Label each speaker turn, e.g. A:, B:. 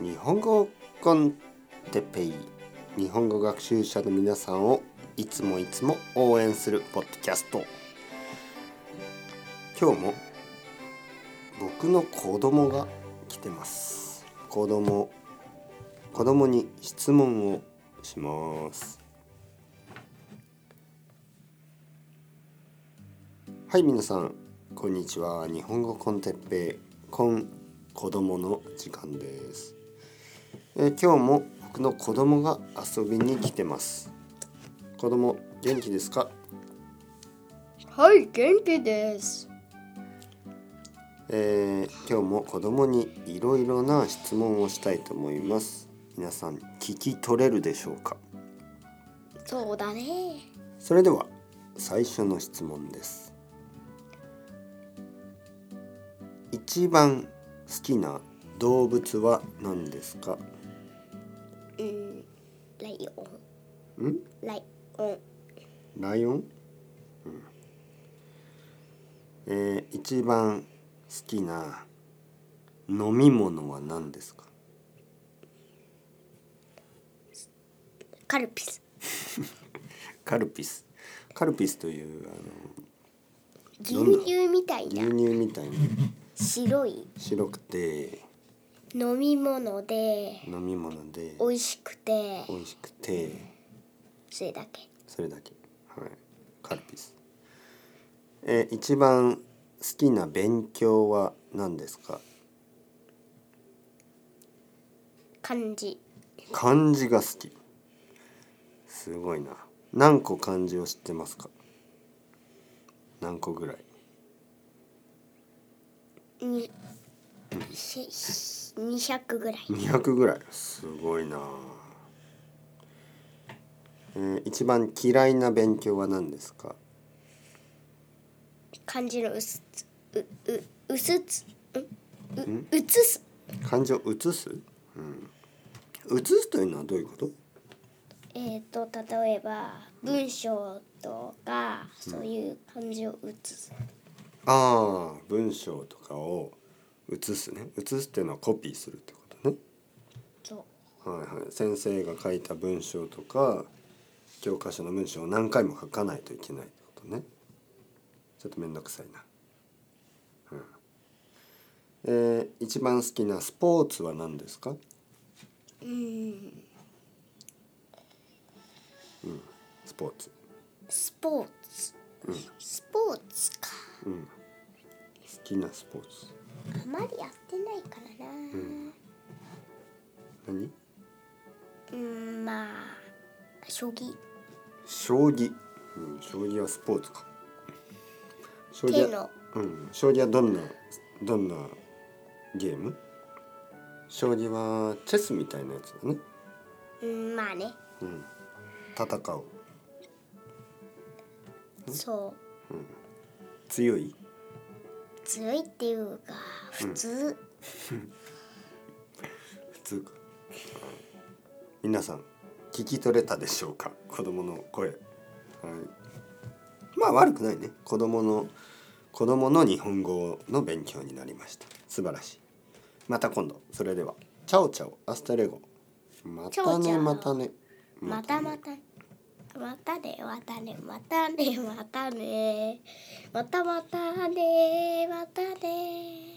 A: 日本語コンテッペイ日本語学習者の皆さんをいつもいつも応援するポッドキャスト今日も僕の子供が来てます子供子供に質問をしますはい皆さんこんにちは日本語コンテッペイコン子供の時間です、えー今日も僕の子供が遊びに来てます子供元気ですか、
B: はい、元気です。
A: えー今日も子供にいろいろな質問をしたいと思います皆さん聞き取れるでしょうか
B: そうだね。
A: それでは最初の質問です一番好きな動物は何ですか
B: うん、ライオ
A: ん
B: ン、ライオン、
A: ライオン、うんえー一番好きな飲み物は何ですか
B: カルピス、
A: カルピスカルピスというあ
B: 牛乳みたいな
A: の牛乳みたいに
B: 白い
A: 白くて
B: 飲み物で
A: 飲み物で
B: 美味しくて
A: 美味しくて
B: それだけ。
A: それだけはいカルピス、えー一番好きな勉強は何ですか
B: 漢字
A: 漢字が好きすごいな何個漢字を知ってますか何個ぐらい
B: にしし200ぐらい。
A: 200ぐらいすごいな、えー一番嫌いな勉強は何ですか
B: 漢字のうすつうううすつうんううつす
A: 漢字を写す、うん、写すというのはどういうこと
B: えっ、と例えば文章とかそういう漢字をうつす。
A: ああ文章とかを写すね写すっていうのはコピーするってことね
B: そう。
A: はいはい、先生が書いた文章とか教科書の文章を何回も書かないといけないってことねちょっと面倒くさいな、うんえー一番好きなスポーツは何ですかスポーツ
B: スポーツ、スポーツか
A: 好きなスポーツ
B: あまりやってないからな
A: 何
B: うんまあ将棋
A: 将棋、うん、将棋はスポーツか将
B: 手
A: 棋はう
B: の
A: ん、将棋はどんなどんなゲーム将棋はチェスみたいなやつだね
B: うんまあね
A: 戦う
B: そ
A: 強いう
B: 強いっていうか普通、
A: 普通か皆さん聞き取れたでしょうか子供の声はいまあ悪くないね子供の子供の日本語の勉強になりました素晴らしいまた今度それではチャオチャオアスタレゴま
B: チャ
A: た
B: オチ
A: ね
B: ャオ
A: またね
B: またまたまたねまたねまたねまたねまたまたねまたね